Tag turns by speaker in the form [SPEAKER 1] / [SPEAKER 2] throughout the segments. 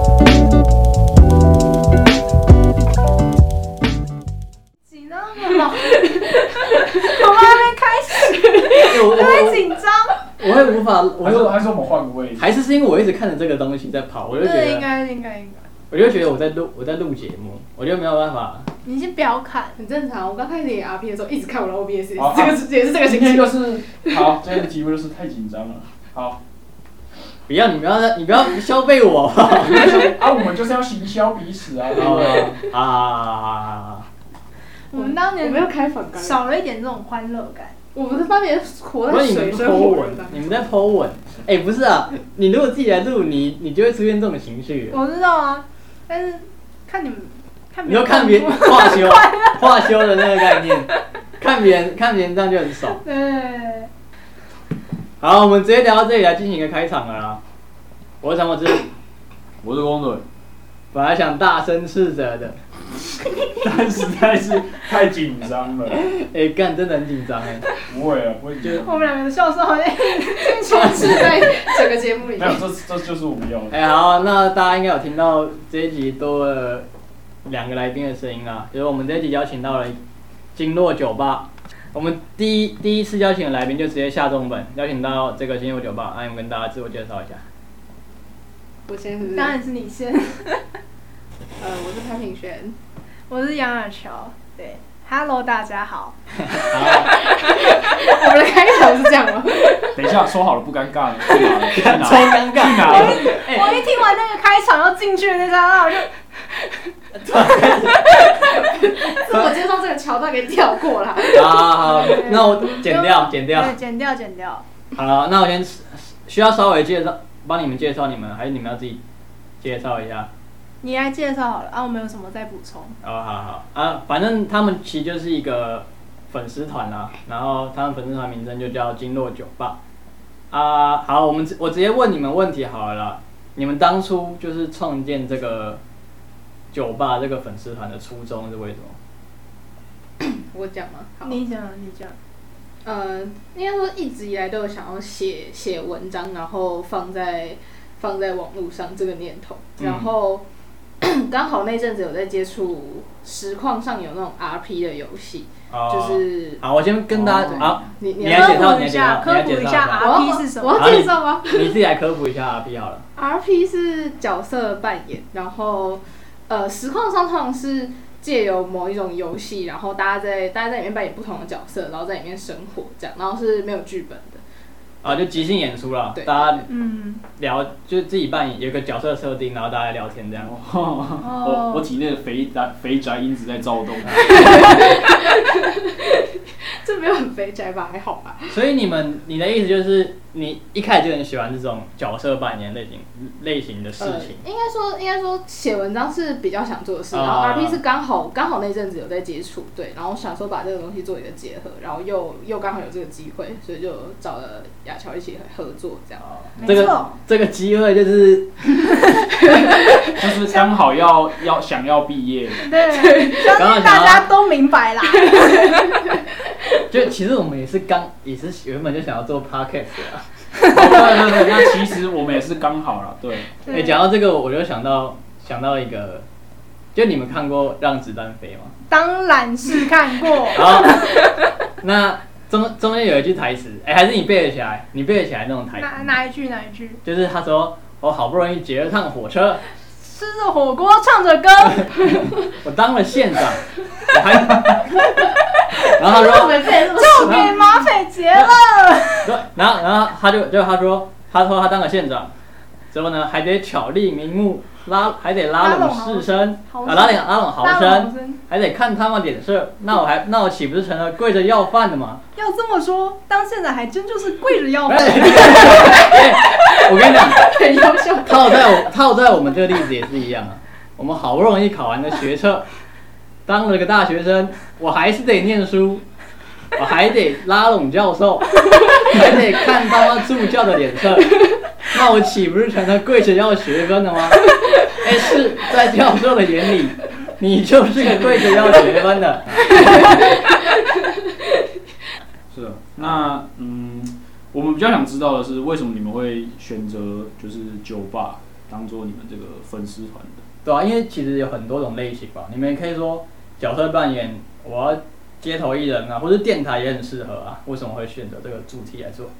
[SPEAKER 1] 我们还没开始，
[SPEAKER 2] 哎我
[SPEAKER 1] 我会
[SPEAKER 2] 我
[SPEAKER 1] 紧张。
[SPEAKER 2] 我会无法，我
[SPEAKER 3] 还是
[SPEAKER 2] 会
[SPEAKER 3] 还是我们换个位置？
[SPEAKER 2] 还是是因为我一直看着这个东西在跑，我就觉
[SPEAKER 1] 对，应
[SPEAKER 2] 得
[SPEAKER 1] 该应该应该。
[SPEAKER 2] 我就觉得我在录我在录节目，我就没有办法。
[SPEAKER 1] 你是表砍，
[SPEAKER 4] 很正常。我刚开始演 RP 的时候，一直看我的 OBS，
[SPEAKER 3] 好
[SPEAKER 4] 这个是也是这个
[SPEAKER 3] 今
[SPEAKER 4] 心
[SPEAKER 3] 天
[SPEAKER 4] 情。
[SPEAKER 3] 就是好，今天的题目就是太紧张了。好，
[SPEAKER 2] 不要，你不要，你不要消费 我。啊
[SPEAKER 3] 我们就是啊，我们就是要行销彼此 啊，对不对？
[SPEAKER 2] 啊！
[SPEAKER 1] 我们当
[SPEAKER 4] 我
[SPEAKER 1] 年
[SPEAKER 4] 没有开反刚，
[SPEAKER 1] 少了一点这种欢乐感。
[SPEAKER 4] 我们的方面活
[SPEAKER 2] 我说
[SPEAKER 4] 在
[SPEAKER 2] 你
[SPEAKER 4] 水
[SPEAKER 2] 们
[SPEAKER 4] 深
[SPEAKER 2] Po
[SPEAKER 4] 火
[SPEAKER 2] 文
[SPEAKER 4] 热当，中。
[SPEAKER 2] 你们在 Po 文。哎，不是啊，你如果自己来录，你你就会出现这种情绪。
[SPEAKER 1] 我知道啊，但是看你们，看
[SPEAKER 2] 你就看别人
[SPEAKER 1] 人，
[SPEAKER 2] 化修，化修的那个概念，看别人看别人这样就很爽。
[SPEAKER 1] 对，
[SPEAKER 2] 好，我们直接聊到这里来进行一个开场了啦。我是陈柏芝，
[SPEAKER 3] 我是公准，
[SPEAKER 2] 本来想大声斥责的，
[SPEAKER 3] 但实在是太紧张 了。
[SPEAKER 2] 哎、干真的很紧张哎。
[SPEAKER 3] 不会啊，不会紧
[SPEAKER 1] 我
[SPEAKER 3] 张。
[SPEAKER 1] 们两个的笑声好像听出
[SPEAKER 4] 充斥在整个节目里
[SPEAKER 3] 没有，
[SPEAKER 4] 面。
[SPEAKER 3] 这这就是我们要的。
[SPEAKER 2] 哎、好，那大家应该有听到这一集多了两个来宾的声音啦，就是我们这一集邀请到了经络酒吧。我们第一第一次邀请的来宾就直接下重本，邀请到这个经络酒吧，哎、啊，我们跟大家自我介绍一下。
[SPEAKER 4] 我现在是，
[SPEAKER 1] 当然是你先。
[SPEAKER 4] 呃， 我是潘品轩，
[SPEAKER 1] 我是杨尔乔，对，Hello，大家好。
[SPEAKER 3] 哎
[SPEAKER 2] 好，
[SPEAKER 4] 我们的开场是这样吗？
[SPEAKER 3] 等一下，说好了不尴尬了，去哪了？去哪
[SPEAKER 2] 超
[SPEAKER 3] 了？
[SPEAKER 2] 尴尬。
[SPEAKER 3] 去哪了？
[SPEAKER 2] 哎、
[SPEAKER 1] 我一听完那个开场要进去的那刹那，我就
[SPEAKER 4] 自我介绍这个桥段给跳过啦。
[SPEAKER 2] 好好好， 那我剪掉，剪掉。
[SPEAKER 1] 对，剪掉，剪掉。
[SPEAKER 2] 好了，那我先需要稍微介绍，帮你们介绍你们，还是你们要自己介绍一下？
[SPEAKER 1] 你来介绍好了啊，我们有什么再补充？
[SPEAKER 2] 哦，好好啊，反正他们其实就是一个粉丝团啦，然后他们粉丝团名称就叫经络酒吧。啊，好，我们直我直接问你们问题好了啦，你们当初就是创建这个酒吧这个粉丝团的初衷是为什么？
[SPEAKER 4] 我讲吗？好。
[SPEAKER 1] 你讲，你讲。
[SPEAKER 4] 呃，应该说一直以来都有想要写写文章，然后放在放在网络上这个念头。
[SPEAKER 2] 嗯
[SPEAKER 4] 然后 刚、好那阵子有在接触实况上有那种 RP 的游戏，
[SPEAKER 2] 哦
[SPEAKER 4] 就是
[SPEAKER 2] 好，我先跟大家
[SPEAKER 3] 哦
[SPEAKER 2] 好，
[SPEAKER 4] 你你
[SPEAKER 2] 你来
[SPEAKER 4] 要
[SPEAKER 2] 介绍
[SPEAKER 1] 科普一下，科
[SPEAKER 2] 你来介绍
[SPEAKER 1] 普一下
[SPEAKER 2] 你来介绍
[SPEAKER 4] 我要
[SPEAKER 1] RP 是什
[SPEAKER 4] 我
[SPEAKER 1] 么？
[SPEAKER 4] 要介绍吗
[SPEAKER 2] 你自己来科普一下 RP 好了。
[SPEAKER 4] ？RP 是角色扮演，然后呃实况上通常是借由某一种游戏，然后大家在大家在里面扮演不同的角色，然后在里面生活这样，然后是没有剧本的。
[SPEAKER 2] 啊，就即兴演出啦，
[SPEAKER 4] 对
[SPEAKER 2] 大家
[SPEAKER 1] 嗯，
[SPEAKER 2] 聊，就是自己扮演有一个角色设定，然后大家聊天这样。
[SPEAKER 1] 哦，
[SPEAKER 3] 体内的肥宅肥宅因子在躁动。
[SPEAKER 4] 这没有很肥宅吧？还好吧？
[SPEAKER 2] 所以你们，你的意思就是，你一开始就很喜欢这种角色扮演类型类型的事情。
[SPEAKER 4] 呃、应该说，应该说写文章是比较想做的事，
[SPEAKER 2] 啊
[SPEAKER 4] 然后 RP 是刚好刚好那阵子有在接触，对，然后想说把这个东西做一个结合，然后又又刚好有这个机会，所以就找了亚乔一起合作这样。
[SPEAKER 1] 没
[SPEAKER 2] 这个
[SPEAKER 1] 错
[SPEAKER 2] 这个机会就是
[SPEAKER 3] 就是刚好要 要想要毕业，
[SPEAKER 1] 对，相信大家都明白 啦。
[SPEAKER 2] 就其实我们也是刚也是原本就想要做 podcast 的啊。
[SPEAKER 3] 对对对，那其实我们也是刚好了，对，
[SPEAKER 2] 哎、
[SPEAKER 1] 对
[SPEAKER 2] 讲到这个，我就想到想到一个，就你们看过《让子弹飞》吗？
[SPEAKER 1] 当然是看过，
[SPEAKER 2] 好，那中中间有一句台词，哎、还是你背得起来？你背得起来那种台词
[SPEAKER 1] 哪？哪一句哪一句？
[SPEAKER 2] 就是他说，我好不容易截了趟火车，
[SPEAKER 1] 吃着火锅，唱着歌，
[SPEAKER 2] 我当了县长，我还，然后他说，
[SPEAKER 4] 们被
[SPEAKER 1] 就给马匪劫了。
[SPEAKER 2] 然后然后他就就他说，他说他当了县长，之后呢还得巧立名目拉，还得拉拢士绅，
[SPEAKER 1] 好
[SPEAKER 2] 啊拉拢拉拢豪
[SPEAKER 1] 大
[SPEAKER 2] 绅
[SPEAKER 1] 老，生
[SPEAKER 2] 还得看他们脸色，那我还那我岂不是成了跪着要饭的吗？
[SPEAKER 1] 要这么说，当现在还真就是跪着要
[SPEAKER 2] 哎
[SPEAKER 1] 饭。
[SPEAKER 2] 哎我跟你讲，
[SPEAKER 4] 很优秀。
[SPEAKER 2] 套在我套在我们这个例子也是一样啊。我们好不容易考完了学测，当了个大学生，我还是得念书，我还得拉拢教 授，还得看他妈助教的脸色，那我岂不是成了跪着要学分 的吗？哎，是在教授的眼里，你就是个跪着要学分的。
[SPEAKER 3] 是的。那嗯，我们比较想知道的是，为什么你们会选择就是酒吧当做你们这个粉丝团的？
[SPEAKER 2] 对啊，因为其实有很多种类型吧，你们也可以说角色扮演，我要街头艺人啊，或者电台也很适合啊。为什么会选择这个主题来做？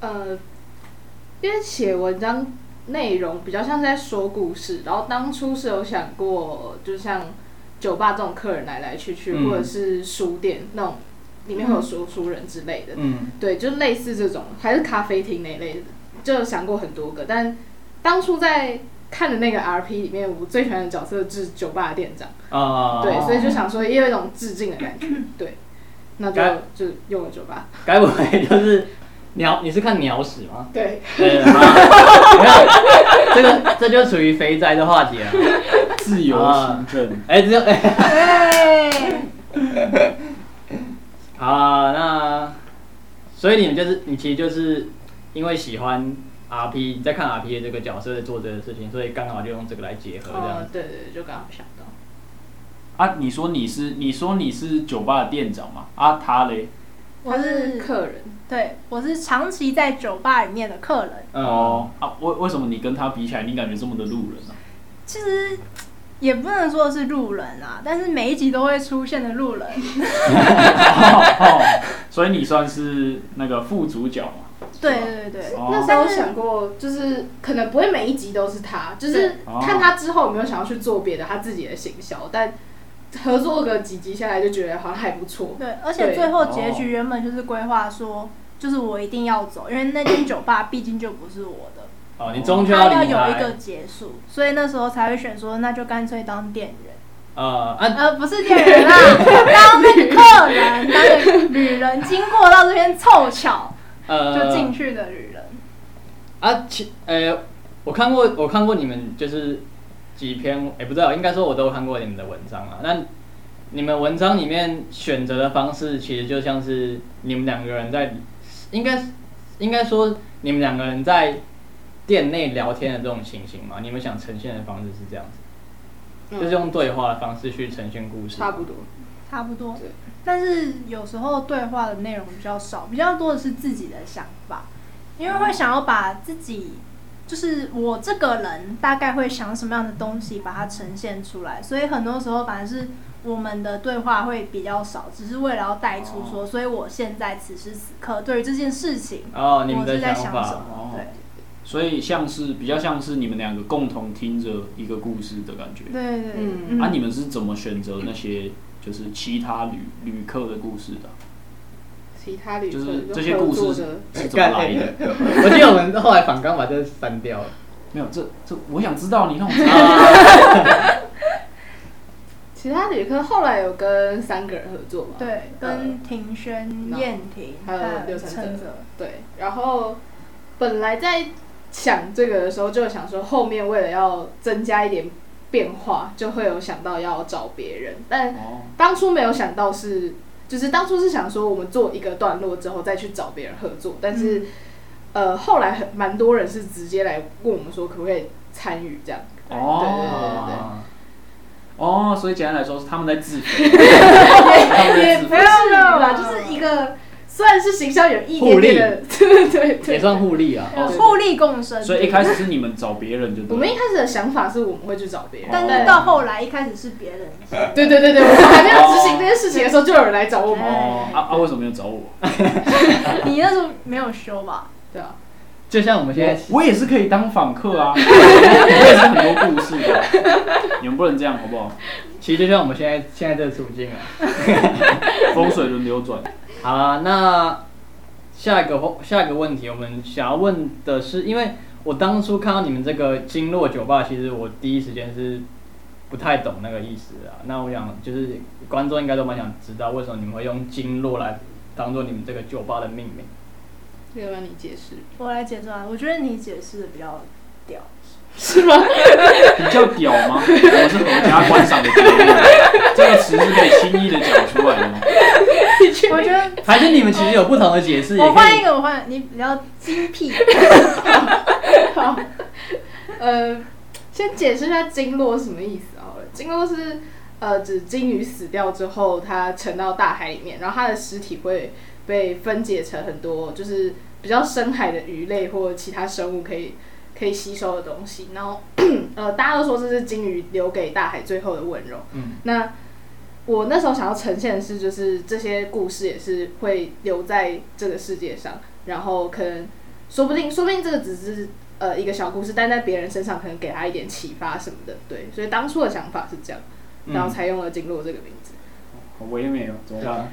[SPEAKER 4] 呃，因为写文章内容比较像是在说故事，然后当初是有想过，就像酒吧这种客人来来去去，
[SPEAKER 2] 嗯
[SPEAKER 4] 或者是书店那种里面会有说书人之类的，
[SPEAKER 2] 嗯，
[SPEAKER 4] 对，就类似这种，还是咖啡厅那一类的，就想过很多个，但当初在。看的那个 R P 里面，我最喜欢的角色是酒吧的店长，
[SPEAKER 2] 啊、
[SPEAKER 4] 对，所以就想说也有一种致敬的感觉，对，那就
[SPEAKER 2] 该
[SPEAKER 4] 就用了酒吧，
[SPEAKER 2] 该不会就是鸟？你是看鸟屎吗？
[SPEAKER 4] 对，
[SPEAKER 2] 对，好你看这个这就属于肥宅的话题了。
[SPEAKER 3] 自由行政，
[SPEAKER 2] 哎、只有哎。
[SPEAKER 1] 对，
[SPEAKER 2] 好啊，那所以你们就是你其实就是因为喜欢 R P，你在看 R P 这个角色在做这个事情，所以刚好就用这个来结合这样
[SPEAKER 4] 哦
[SPEAKER 2] 子。，
[SPEAKER 4] 对对对，就刚好想到。
[SPEAKER 3] 啊，你说你是你说你是酒吧的店长嘛？啊，他嘞？
[SPEAKER 1] 我是
[SPEAKER 4] 客人，
[SPEAKER 1] 对，我是长期在酒吧里面的客人，
[SPEAKER 2] 嗯，
[SPEAKER 3] 哦，啊，为为什么你跟他比起来，你感觉这么的路人 啊？
[SPEAKER 1] 其实也不能说是路人啊，但是每一集都会出现的路人，
[SPEAKER 3] 哦所以你算是那个副主角嘛？
[SPEAKER 1] 对
[SPEAKER 3] 是吧，
[SPEAKER 1] 对对对，
[SPEAKER 3] 哦
[SPEAKER 4] 那时候想过，就是可能不会每一集都是他，就是
[SPEAKER 3] 哦
[SPEAKER 4] 看他之后有没有想要去做别的他自己的行销，但合作个几集下来就觉得好像还不错。
[SPEAKER 1] 对，而且最
[SPEAKER 2] 哦
[SPEAKER 1] 后结局原本就是规划说，就是我一定要走，因为那间酒吧毕竟就不是我的，
[SPEAKER 2] 哦，你终究
[SPEAKER 1] 它要
[SPEAKER 2] 离
[SPEAKER 1] 有一
[SPEAKER 2] 开
[SPEAKER 1] 个。结束，所以那时候才会选说，那就干脆当店员，
[SPEAKER 2] 呃，啊，
[SPEAKER 1] 呃，不是店员啦，当那个客人，当那个旅人经过到这边凑巧就进
[SPEAKER 2] 呃，
[SPEAKER 1] 去的旅人，
[SPEAKER 2] 啊，其呃，我看过，我看过你们就是几篇，哎、不知道，应该说我都看过你们的文章啊。那你们文章里面选择的方式，其实就像是你们两个人在，应该应该说你们两个人在店内聊天的这种情形嘛。你们想呈现的方式是这样子，就是用对话的方式去呈现故事。
[SPEAKER 4] 嗯差不多。
[SPEAKER 1] 嗯差不多
[SPEAKER 4] 对。
[SPEAKER 1] 但是有时候对话的内容比较少，比较多的是自己的想法，因为会想要把自己，就是我这个人大概会想什么样的东西，把它呈现出来。所以很多时候反而是我们的对话会比较少，只是为了要带出
[SPEAKER 4] 哦
[SPEAKER 1] 说，所以我现在此时此刻对于这件事情，
[SPEAKER 2] 哦，你们
[SPEAKER 1] 我是
[SPEAKER 2] 的
[SPEAKER 1] 在
[SPEAKER 2] 想
[SPEAKER 1] 想
[SPEAKER 2] 法。
[SPEAKER 1] 什么
[SPEAKER 3] 哦？
[SPEAKER 1] 对
[SPEAKER 3] 所以像是比较像是你们两个共同听着一个故事的感觉。
[SPEAKER 1] 对对，对
[SPEAKER 4] 嗯
[SPEAKER 3] 啊，你们是怎么选择那些就是其他旅旅客的故事的？
[SPEAKER 4] 其他旅客
[SPEAKER 3] 就是这些故
[SPEAKER 4] 合
[SPEAKER 3] 事
[SPEAKER 4] 作的，
[SPEAKER 3] 是怎么来的？
[SPEAKER 2] 欸 我记得我们后来反刚把这删掉了。
[SPEAKER 3] 没有，这这我想知道，你让我知道。
[SPEAKER 2] 啊
[SPEAKER 4] 其他旅客后来有跟三个人合作嘛？
[SPEAKER 1] 对，跟庭轩、
[SPEAKER 4] 呃那
[SPEAKER 1] 燕婷
[SPEAKER 4] 还有刘承
[SPEAKER 1] 陈
[SPEAKER 4] 泽
[SPEAKER 1] 泽，
[SPEAKER 4] 对，然后本来在想这个的时候，就想说后面为了要增加一点变化，就会有想到要找别人， 但
[SPEAKER 3] 哦，
[SPEAKER 4] 当初没有想到是，就是当初是想说我们做一个段落之后再去找别人合作，但是、
[SPEAKER 2] 嗯
[SPEAKER 4] 呃后来很蛮多人是直接来问我们说可不可以参与这样，对对对
[SPEAKER 3] 哦，哦，所以简单来说是他们在自肥，他们在
[SPEAKER 4] 也
[SPEAKER 3] 自
[SPEAKER 4] 不
[SPEAKER 3] 肥
[SPEAKER 4] 是啦，就是一个虽然是行销有一点点的， 对对
[SPEAKER 2] 也
[SPEAKER 4] 对。
[SPEAKER 2] 算互利啊。
[SPEAKER 4] 对
[SPEAKER 1] 互利共生。
[SPEAKER 3] 哦所以一开始是你们找别人就
[SPEAKER 4] 我
[SPEAKER 3] 对
[SPEAKER 4] 们一
[SPEAKER 3] 了。
[SPEAKER 4] 开始的想法是我们会去找别人，
[SPEAKER 1] 但是到后来一开始是别人先
[SPEAKER 4] 对对对对，我们还没有执行这件事情的时候，就有人来找我们，
[SPEAKER 3] 哦，啊啊，为什么没有找我？
[SPEAKER 1] 你那时候没有修吧？
[SPEAKER 4] 对啊，
[SPEAKER 2] 就像我们现在
[SPEAKER 3] 我也是可以当访客 啊，我也是很多故事的。你们不能这样好不好？
[SPEAKER 2] 其实就像我们现在现在这个处境啊。
[SPEAKER 3] 风水轮流转。
[SPEAKER 2] 好啦，那下一个话下一个问题，我们想要问的是，因为我当初看到你们这个经络酒吧，其实我第一时间是不太懂那个意思啊。那我想就是观众应该都蛮想知道，为什么你们会用经络来当做你们这个酒吧的命名？
[SPEAKER 4] 要不然你解释
[SPEAKER 1] 我来解释啊，我觉得你解释的比较屌。
[SPEAKER 4] 是吗？
[SPEAKER 3] 比较屌吗？我们是合家观赏的节目，这个词是可以轻易的讲出来的吗？
[SPEAKER 1] 我觉得
[SPEAKER 2] 还是你们其实有不同的解释？也
[SPEAKER 1] 我
[SPEAKER 2] 可
[SPEAKER 1] 换一
[SPEAKER 2] 以。
[SPEAKER 1] 个，我换你比较精辟。
[SPEAKER 4] 好，呃，先解释一下经络是什么意思好了。经络是呃指鲸鱼死掉之后，它沉到大海里面，然后它的尸体会被分解成很多就是比较深海的鱼类或其他生物可以可以吸收的东西。然后呃，大家都说这是鲸鱼留给大海最后的温柔。
[SPEAKER 2] 嗯
[SPEAKER 4] 那我那时候想要呈现的是，就是这些故事也是会留在这个世界上，然后可能说不定，说不定这个只是呃一个小故事，但在别人身上可能给他一点启发什么的。对，所以当初的想法是这样，然后才用了“经络”这个名字。
[SPEAKER 3] 好唯美哦，怎么办？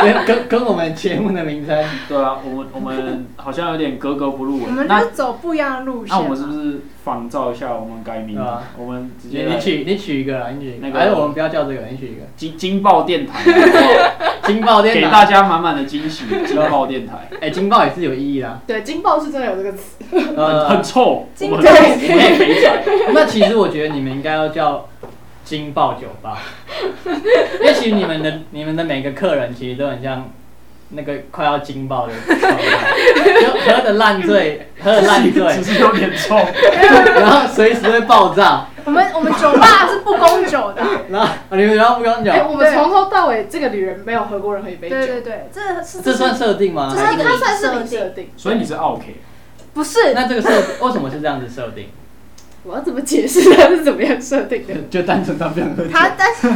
[SPEAKER 2] 跟嗯跟跟我们节目的名 称
[SPEAKER 3] 对啊，我们 我们好像有点格格不入
[SPEAKER 1] 我
[SPEAKER 3] 文。
[SPEAKER 1] 们就
[SPEAKER 3] 那
[SPEAKER 1] 是走不一样的路线
[SPEAKER 3] 那
[SPEAKER 1] 嘛。
[SPEAKER 3] 我们是不是仿照一下我们改名
[SPEAKER 2] 对啊？
[SPEAKER 3] 我们直
[SPEAKER 2] 你
[SPEAKER 3] 接
[SPEAKER 2] 你
[SPEAKER 3] 来
[SPEAKER 2] 取你取一个啦，你取一
[SPEAKER 3] 那
[SPEAKER 2] 个，
[SPEAKER 3] 个
[SPEAKER 2] 还是我们不要叫这个，你取一个。
[SPEAKER 3] 金金爆电 台，
[SPEAKER 2] 金豹电
[SPEAKER 3] 给
[SPEAKER 2] 台，啊
[SPEAKER 3] 大家满满的惊喜。金爆电台，
[SPEAKER 2] 哎、金豹也是有意义啊啦。
[SPEAKER 4] 对，“金爆”是真的有这个词。
[SPEAKER 3] 很
[SPEAKER 2] 呃
[SPEAKER 3] 很，臭，我
[SPEAKER 1] 金
[SPEAKER 3] 们
[SPEAKER 1] 对
[SPEAKER 3] 我们很肥宅。
[SPEAKER 2] 那其实我觉得你们应该要叫金豹酒吧，因为其实你们的你们的每个客人其实都很像那个快要金爆的状态，就喝的烂 醉，喝的烂醉
[SPEAKER 3] 只，是有点臭。
[SPEAKER 2] 然后随时会爆炸，
[SPEAKER 1] 我们我们酒吧是不 供酒的，
[SPEAKER 2] 然后 啊你们然后不跟我
[SPEAKER 4] 哎、
[SPEAKER 2] 讲，
[SPEAKER 4] 我们从头到尾这个女人没有喝过任何一杯酒，
[SPEAKER 1] 对对对，这是
[SPEAKER 2] 这算设定吗？
[SPEAKER 1] 这
[SPEAKER 4] 她
[SPEAKER 1] 是
[SPEAKER 4] 她算是零
[SPEAKER 1] 设定
[SPEAKER 4] 设定。
[SPEAKER 3] 所以你是 OK，
[SPEAKER 1] 不是？
[SPEAKER 2] 那这个设为什么是这样子设定？
[SPEAKER 4] 我要怎么解释它是怎么样设定的？
[SPEAKER 2] 就单纯他不想喝
[SPEAKER 1] 他但是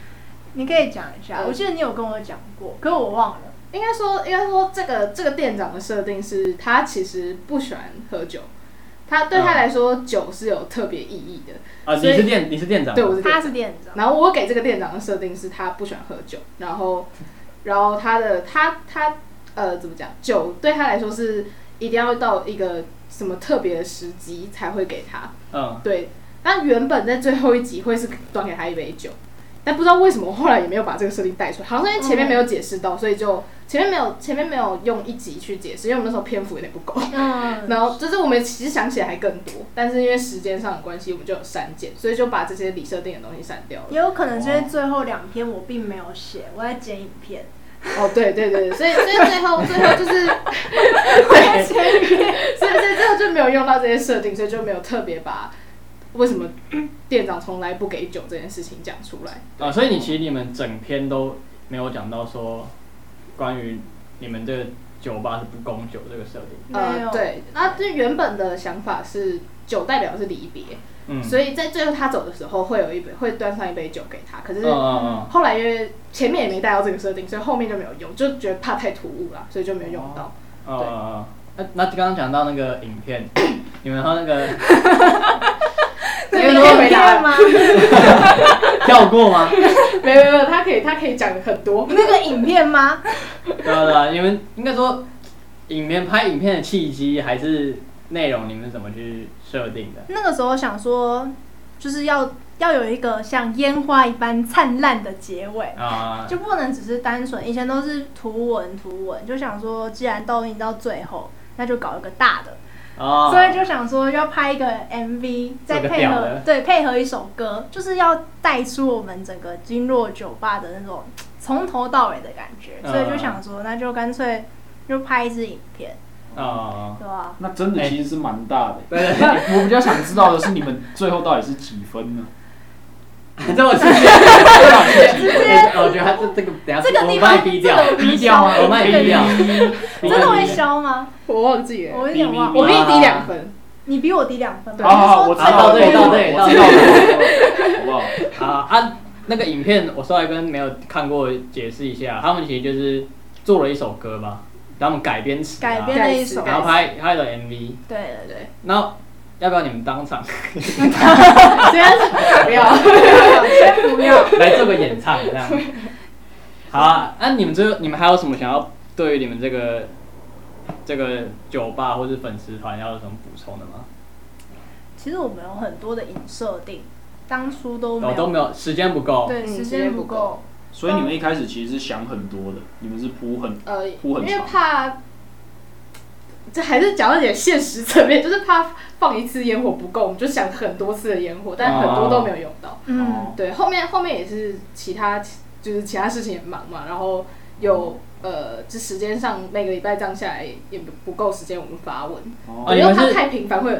[SPEAKER 1] 你可以讲一下，
[SPEAKER 4] 嗯
[SPEAKER 1] 我记得你有跟我讲过，可是我忘了。
[SPEAKER 4] 应该说，应该说，这个这个店长的设定是他其实不喜欢喝酒，他对他
[SPEAKER 2] 嗯
[SPEAKER 4] 来说、酒是有特别意义的。
[SPEAKER 2] 啊！
[SPEAKER 4] 所
[SPEAKER 2] 你
[SPEAKER 4] 以
[SPEAKER 2] 是店你是店长，
[SPEAKER 4] 对，我是店
[SPEAKER 1] 他
[SPEAKER 4] 长。
[SPEAKER 1] 是店长，
[SPEAKER 4] 然后我给这个店长的设定是他不喜欢喝酒，然后，然后他的他他呃怎么讲，酒对他来说是一定要到一个什么特别的时机才会给他。
[SPEAKER 2] 嗯，
[SPEAKER 4] 对，但原本在最后一集会是端给他一杯酒，但不知道为什么我后来也没有把这个设定带出来，好像是因为前面没有解释到，所以就前面没有前面没有用一集去解释，因为我们那时候篇幅有点不够。
[SPEAKER 1] 嗯，
[SPEAKER 4] 然后就是我们其实想起来还更多，但是因为时间上的关系，我们就有删减，所以就把这些理设定的东西删掉了。
[SPEAKER 1] 也有可能是因为最后两篇我并没有写，我在剪影片，
[SPEAKER 4] 哦，对对对，所以所以最后最后就是，
[SPEAKER 1] 在剪影片，
[SPEAKER 4] 所以所以最后就没有用到这些设定，所以就没有特别把为什么店长从来不给酒这件事情讲出来。
[SPEAKER 2] 啊，所以你其实你们整篇都没有讲到说关于你们这个酒吧是不供酒这个设定，
[SPEAKER 1] 没有
[SPEAKER 4] 呃，，对，那这原本的想法是酒代表的是离别，
[SPEAKER 2] 嗯，
[SPEAKER 4] 所以在最后他走的时候会有一杯会端上一杯酒给他，可是
[SPEAKER 2] 嗯嗯嗯，
[SPEAKER 4] 后来因为前面也没带到这个设定，所以后面就没有用，就觉得怕太突兀了，所以就没有用到。
[SPEAKER 2] 嗯嗯嗯，那那刚刚讲到那个影片， 你们和那个
[SPEAKER 4] 这
[SPEAKER 1] 有
[SPEAKER 4] 个可以回答
[SPEAKER 1] 片吗？
[SPEAKER 2] 跳过吗？
[SPEAKER 4] 没有没有没有，他可以他可以讲的很多，
[SPEAKER 1] 那个影片吗？
[SPEAKER 2] 对啊对啊，你们应该说影片拍影片的契机还是内容，你们是怎么去设定的？
[SPEAKER 1] 那个时候想说，就是要要有一个像烟花一般灿烂的结尾。
[SPEAKER 2] 啊，
[SPEAKER 1] 就不能只是单纯，以前都是图文图文，就想说既然都已经到最后，那就搞一个大的，
[SPEAKER 2] 啊，
[SPEAKER 1] 所以就想说要拍一个 MV，再
[SPEAKER 2] 做个
[SPEAKER 1] 配
[SPEAKER 2] 屌
[SPEAKER 1] 合
[SPEAKER 2] 的
[SPEAKER 1] 对配合一首歌，就是要带出我们整个经络酒吧的那种从头到尾的感觉，
[SPEAKER 2] 嗯
[SPEAKER 1] 所以就想说那就干脆就拍一支影片，
[SPEAKER 2] 啊，
[SPEAKER 1] 对吧？
[SPEAKER 3] 那真的
[SPEAKER 2] 哎
[SPEAKER 3] 其实是蛮大的。
[SPEAKER 2] 对对
[SPEAKER 3] 那我比较想知道的是，你们最后到底是几分呢？
[SPEAKER 2] 你 这么直接， 这么直接，我觉得他这这个等下
[SPEAKER 1] 这个地
[SPEAKER 2] 我
[SPEAKER 1] 方
[SPEAKER 2] 帮你逼掉
[SPEAKER 1] 这，个
[SPEAKER 2] 逼掉吗？我帮你逼掉，
[SPEAKER 1] 真的会消吗？
[SPEAKER 4] 我忘记了，
[SPEAKER 1] 我有点忘
[SPEAKER 2] 哔哔
[SPEAKER 4] 我
[SPEAKER 1] 了，
[SPEAKER 4] 比你低两分，
[SPEAKER 1] 你比我低两分吧。
[SPEAKER 4] 对
[SPEAKER 3] 好好好，
[SPEAKER 1] 你说
[SPEAKER 3] 我知
[SPEAKER 1] 最
[SPEAKER 2] 啊
[SPEAKER 3] 道
[SPEAKER 1] 后
[SPEAKER 2] 到对
[SPEAKER 1] 一
[SPEAKER 3] 了，
[SPEAKER 2] 到
[SPEAKER 1] 幕
[SPEAKER 2] 对
[SPEAKER 3] 我
[SPEAKER 2] 到
[SPEAKER 3] 知
[SPEAKER 2] 对
[SPEAKER 3] 道了，好不好？
[SPEAKER 2] 啊啊！那个影片我稍微跟没有看过解释一下，他们其实就是做了一首歌吧，然后我们改编词啊，
[SPEAKER 1] 改编了一首，对
[SPEAKER 4] 改
[SPEAKER 2] 然后拍拍了 MV，
[SPEAKER 1] 对对。
[SPEAKER 4] 对，
[SPEAKER 2] 那要不要你们当场
[SPEAKER 4] 虽然是不 要，
[SPEAKER 1] 先不要，
[SPEAKER 2] 来做个演唱这样？好啊，那、你们最后你们还有什么想要对于你们这个这个酒吧或是粉丝团要有什么补充的吗？
[SPEAKER 1] 其实我们有很多的影设定，当初都没
[SPEAKER 2] 我
[SPEAKER 3] 哦
[SPEAKER 1] 有，
[SPEAKER 2] 哦都没有，时间不够。
[SPEAKER 1] 对，
[SPEAKER 4] 嗯
[SPEAKER 1] 时
[SPEAKER 4] 时
[SPEAKER 1] 间
[SPEAKER 4] 间
[SPEAKER 1] 不
[SPEAKER 4] 不够
[SPEAKER 1] 够，
[SPEAKER 3] 所以你们一开始其实是想很多的，你们是铺很
[SPEAKER 4] 呃，
[SPEAKER 3] 铺
[SPEAKER 4] 因
[SPEAKER 3] 很
[SPEAKER 4] 为
[SPEAKER 3] 长
[SPEAKER 4] 怕，这还是讲到点现实层面，就是怕放一次烟火不够，我们就想很多次的烟火，但很多都没有用到。
[SPEAKER 2] 哦
[SPEAKER 1] 嗯，
[SPEAKER 3] 哦
[SPEAKER 4] 对，后面后面也是其他就是其他事情也忙嘛，然后有呃，就时间上每个礼拜这样下来也不不够时间我们发文，
[SPEAKER 2] 哦
[SPEAKER 4] 我
[SPEAKER 2] 你
[SPEAKER 4] 觉
[SPEAKER 2] 们
[SPEAKER 4] 得
[SPEAKER 2] 是
[SPEAKER 4] 它太频繁会有，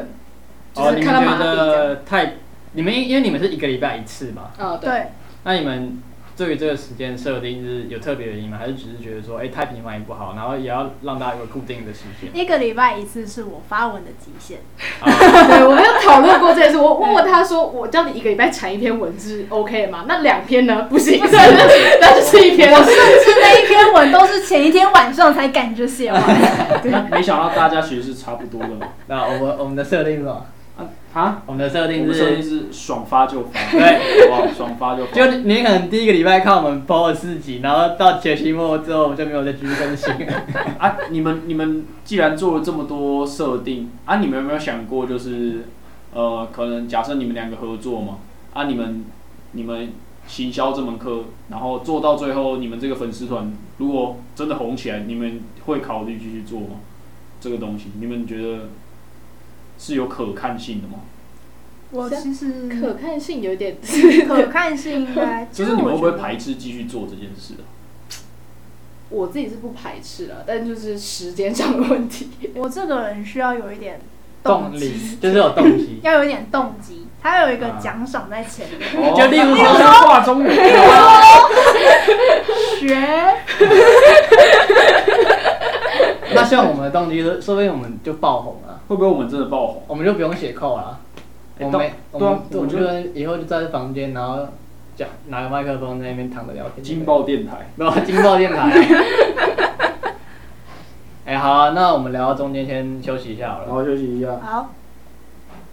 [SPEAKER 4] 就
[SPEAKER 2] 哦，
[SPEAKER 4] 是
[SPEAKER 2] 你
[SPEAKER 4] 看
[SPEAKER 2] 们觉
[SPEAKER 4] 到麻痹这样。
[SPEAKER 2] 得太，你们因因为你们是一个礼拜一次嘛，
[SPEAKER 4] 哦，对，
[SPEAKER 1] 对，
[SPEAKER 2] 那你们对于这个时间设定是有特别的原因吗？还是只是觉得说，哎、太频繁也不好，然后也要让大家有个固定的时间？
[SPEAKER 1] 一个礼拜一次是我发文的极限，
[SPEAKER 2] 啊，
[SPEAKER 4] 对我没有讨论过这件事，我问过他说，我叫你一个礼拜产一篇文字，OK 吗？那两篇呢？不行， 那就是一篇。
[SPEAKER 1] 甚至那一篇文都是前一天晚上才赶着写完。
[SPEAKER 3] 那没想到大家其实是差不多的嘛。
[SPEAKER 2] 那我们我们的设定是什么？
[SPEAKER 3] 啊啊！
[SPEAKER 2] 我们的设
[SPEAKER 3] 我
[SPEAKER 2] 定
[SPEAKER 3] 们设定
[SPEAKER 2] 是，
[SPEAKER 3] 是爽发就发，
[SPEAKER 2] 对，
[SPEAKER 3] 好不好？爽发就发。
[SPEAKER 2] 就你可能第一个礼拜看我们播了四集，然后到学期末之后我们就没有再继续更 新了。
[SPEAKER 3] 啊，你们你们既然做了这么多设定，啊，你们有没有想过就是，呃，可能假设你们两个合作嘛，啊，你们你们行销这门课，然后做到最后，你们这个粉丝团如果真的红起来，你们会考虑继续做吗？这个东西，你们觉得是有可看性的吗？
[SPEAKER 1] 我其实
[SPEAKER 4] 可看性有点，
[SPEAKER 1] 可看性应该
[SPEAKER 3] 就是你们会不会？
[SPEAKER 1] 其实我觉得
[SPEAKER 3] 排斥继续做这件事啊？
[SPEAKER 4] 我自己是不排斥了，但就是时间上的问题。
[SPEAKER 1] 我这个人需要有一点
[SPEAKER 2] 动
[SPEAKER 1] 机，
[SPEAKER 2] 力就是有动机，
[SPEAKER 1] 要有一点动机，他有一个
[SPEAKER 3] 啊
[SPEAKER 1] 奖赏在前面。
[SPEAKER 2] 就例如
[SPEAKER 3] 哦好
[SPEAKER 2] 说
[SPEAKER 3] 像画中人，
[SPEAKER 1] 学
[SPEAKER 2] 那像我们的动机是，说不定我们就爆红了，
[SPEAKER 3] 会不会我们真的爆红？
[SPEAKER 2] 我们就不用写扣了。
[SPEAKER 3] 哎
[SPEAKER 2] 我
[SPEAKER 3] 到
[SPEAKER 2] 们我
[SPEAKER 3] 对啊
[SPEAKER 2] 们
[SPEAKER 3] 我
[SPEAKER 2] 我
[SPEAKER 3] 们
[SPEAKER 2] 们
[SPEAKER 3] 就
[SPEAKER 2] 就以后就在房间，然后讲拿个麦克风在那边躺着聊天。
[SPEAKER 3] 金爆电台，
[SPEAKER 2] 然后金爆电台啊。哎、好啊、那我们聊到中间先休息一下好
[SPEAKER 3] 然
[SPEAKER 2] 了。
[SPEAKER 3] 后休息一下。
[SPEAKER 1] 好，